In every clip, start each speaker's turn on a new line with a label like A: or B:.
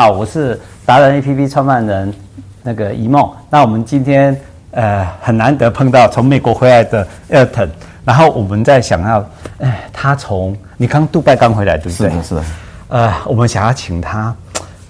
A: 好，啊我是达人 APP 创办人那个一梦。那我们今天呃很难得碰到从美国回来的 Elton，然后我们在想要，哎，他从你刚杜拜刚回来对不
B: 是
A: 对？
B: 的，是的，
A: 呃，我们想要请他，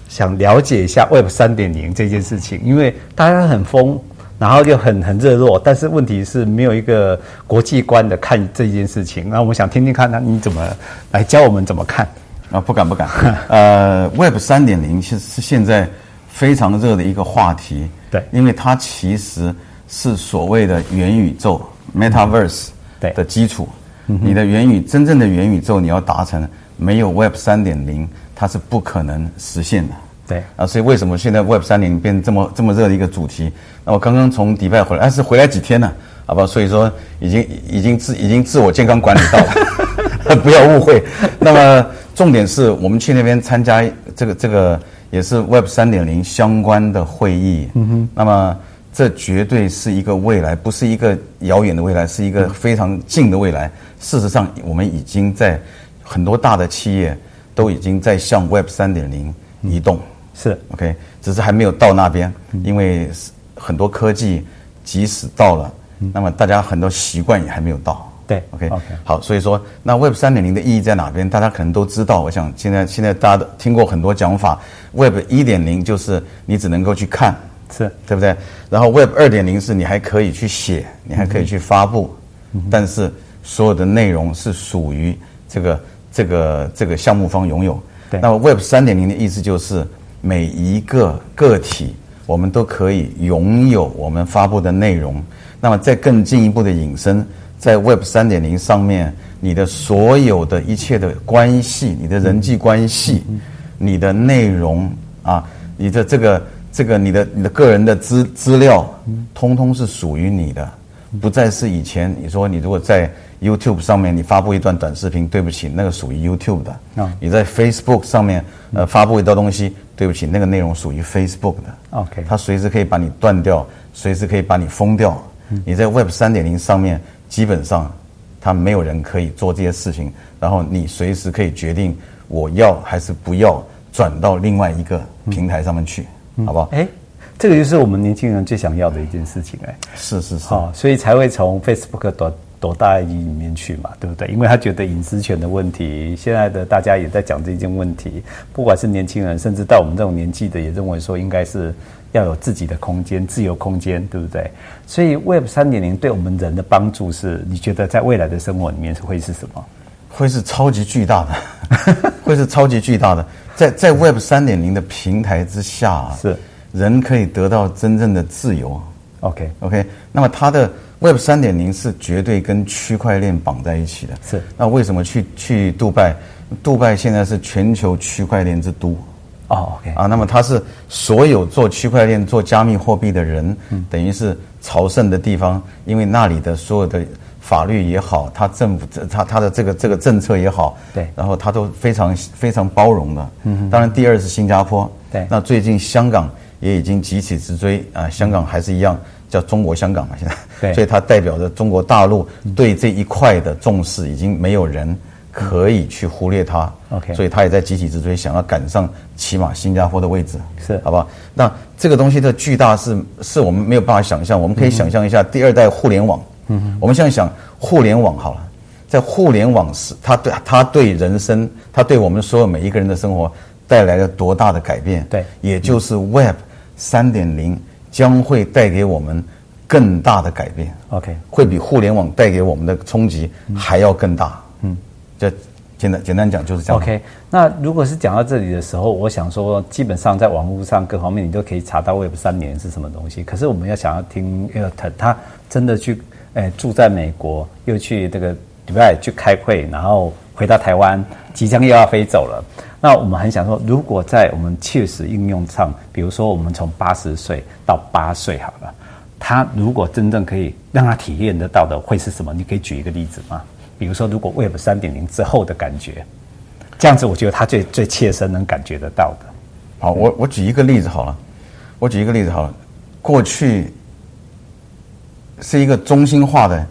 A: 想了解一下 Web 三点零这件事情，因为大家很疯，然后又很很热络，但是问题是没有一个国际观的看这件事情。那我们想听听看，那你怎么来教我们怎么看？
B: 啊，不敢不敢。呃，Web 三点零是是现在非常热的一个话题，
A: 对
B: 因为它其实是所谓的元宇宙 （Metaverse）
A: 对嗯
B: 的基础。你的元宇真正的元宇宙，你要达成，没有 Web 三点零，它是不可能实现的。
A: 对
B: 啊，所以为什么现在 Web 三零变这么这么热的一个主题？那我刚刚从迪拜回来，但哎是回来几天呢、好吧，所以说已经已经自已经自我健康管理到了， 不要误会。那么重点是我们去那边参加这个这个也是 Web 三点零相关的会议。嗯哼，那么这绝对是一个未来，不是一个遥远的未来，是一个非常近的未来。事实上，我们已经在很多大的企业都已经在向 Web 三点零移动。
A: 是
B: OK，只是还没有到那边，因为是很多科技即使到了，那么大家很多习惯也还没有到。
A: 嗯对
B: ，OK，
A: OK
B: 好，所以说那 Web 三点零的意义在哪边？大家可能都知道，我想现在现在大家都听过很多讲法，Web 一点零就是你只能够去看，
A: 是，
B: 对不对？然后 Web 二点零是你还可以去写，你还可以去发布，但是所有的内容是属于这个这个这个项目方拥有。
A: 对
B: 那么 Web 三点零的意思就是每一个个体，我们都可以拥有我们发布的内容。那么再更进一步的引申，在 Web 三点零上面，你的所有的一切的关系，你的人际关系，你的内容啊，你的这个这个你的你的个人的资资料，通通是属于你的，不再是以前你说你如果在 YouTube 上面你发布一段短视频，对不起，那个属于 YouTube 的。
A: 啊
B: 你在 Facebook 上面呃发布一道东西，对不起，那个内容属于 Facebook 的。
A: OK
B: 它随时可以把你断掉，随时可以把你封掉。你在 Web 三点零上面，基本上它没有人可以做这些事情，然后你随时可以决定我要还是不要转到另外一个平台上面去，好不好？
A: 哎，这个就是我们年轻人最想要的一件事情，哎。
B: 是是是。
A: 哦，所以才会从 Facebook 躲躲大衣里面去嘛，对不对？因为他觉得隐私权的问题，现在的大家也在讲这件问题，不管是年轻人，甚至到我们这种年纪的，也认为说应该是要有自己的空间、自由空间，对不对？所以 Web 三点零对我们人的帮助是，你觉得在未来的生活里面是会是什么？
B: 会是超级巨大的，会是超级巨大的。在在 Web 三点零的平台之下啊，
A: 是
B: 人可以得到真正的自由。
A: OK，
B: OK，那么它的 Web 三点零是绝对跟区块链绑在一起的。
A: 是
B: 那为什么去去杜拜？杜拜现在是全球区块链之都。
A: 哦，OK，
B: 啊，那么它是所有做区块链、做加密货币的人，
A: 嗯
B: 等于是朝圣的地方，因为那里的所有的法律也好，它政府它它的这个这个政策也好，
A: 对
B: 然后它都非常非常包容的。嗯，当然第二是新加坡，
A: 对
B: 那最近香港也已经急起直追啊，香港还是一样叫中国香港嘛，现在，
A: 对 嗯
B: 所以它代表着中国大陆对这一块的重视，已经没有人可以去忽略它。
A: OK
B: 所以他也在集体之追，想要赶上起码新加坡的位置，
A: 是
B: 好吧？那这个东西的巨大是是我们没有办法想象，我们可以想象一下第二代互联网，嗯，我们现在想互联网好了，在互联网时，它对它对人生，它对我们所有每一个人的生活带来了多大的改变？
A: 对
B: 也就是 Web 三点零将会带给我们更大的改变。
A: OK
B: 会比互联网带给我们的冲击还要更大。嗯，这简单简单讲就是这样。
A: OK，那如果是讲到这里的时候，我想说，基本上在网络上各方面你都可以查到 Web 三点零是什么东西。可是我们要想要听 Elton，他真的去，诶、住在美国，又去这个迪拜去开会，然后回到台湾，即将又要飞走了。那我们很想说，如果在我们切实应用上，比如说我们从八十岁到八岁好了，他如果真正可以让他体验得到的会是什么？你可以举一个例子吗？比如说，如果 Web 三点零之后的感觉，这样子，我觉得他最最切身能感觉得到的。
B: 好，我我举一个例子好了，我举一个例子好了，过去是一个中心化的，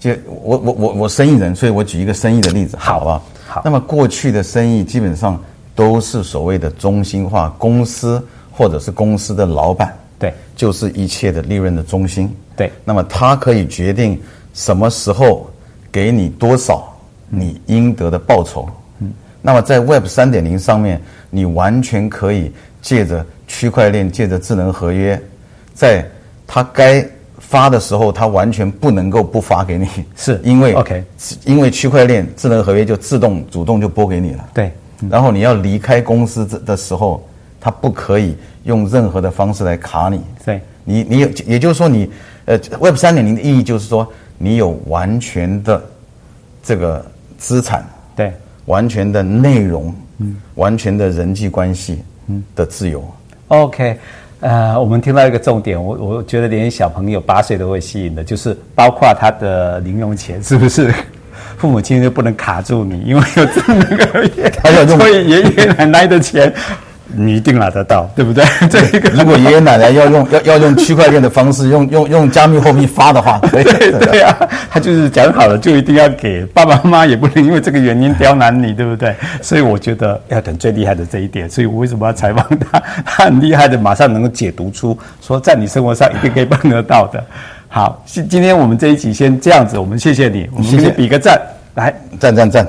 B: 就我我我我生意人，所以我举一个生意的例子，
A: 好
B: 好吧？
A: 好
B: 那么过去的生意基本上都是所谓的中心化公司或者是公司的老板，
A: 对
B: 就是一切的利润的中心。
A: 对
B: 那么他可以决定什么时候给你多少你应得的报酬。嗯，那么在 Web 三点零上面，你完全可以借着区块链，借着智能合约，在它该发的时候，它完全不能够不发给你，
A: 是
B: 因为
A: OK
B: 因为区块链智能合约就自动主动就拨给你了。
A: 对，
B: 然后你要离开公司这的时候，它不可以用任何的方式来卡你。
A: 对，
B: 你你有，也就是说你，呃，Web 三点零的意义就是说，你有完全的这个资产，
A: 对，
B: 完全的内容，嗯，完全的人际关系，嗯，的自 由。
A: OK，呃，我们听到一个重点，我我觉得连小朋友八岁都会吸引的，就是包括他的零用钱， 是不是？父母亲就不能卡住你，因为有这么个月，
B: 还有用
A: 所以爷爷奶奶的钱你一定拿得到，对不对？ 这一个
B: 如果爷爷奶奶要用要要用区块链的方式，用用用加密货币发的话，可以
A: 对对啊，他就是讲好了就一定要给爸爸妈妈，也不能因为这个原因刁难你，对不对？所以我觉得要等最厉害的这一点，所以我为什么要采访他？他很厉害的，马上能够解读出说在你生活上一定可以办得到的。好，今今天我们这一集先这样子，我们谢谢你，我们给
B: 谢
A: 你
B: 谢
A: 比个赞，来。
B: 站站站。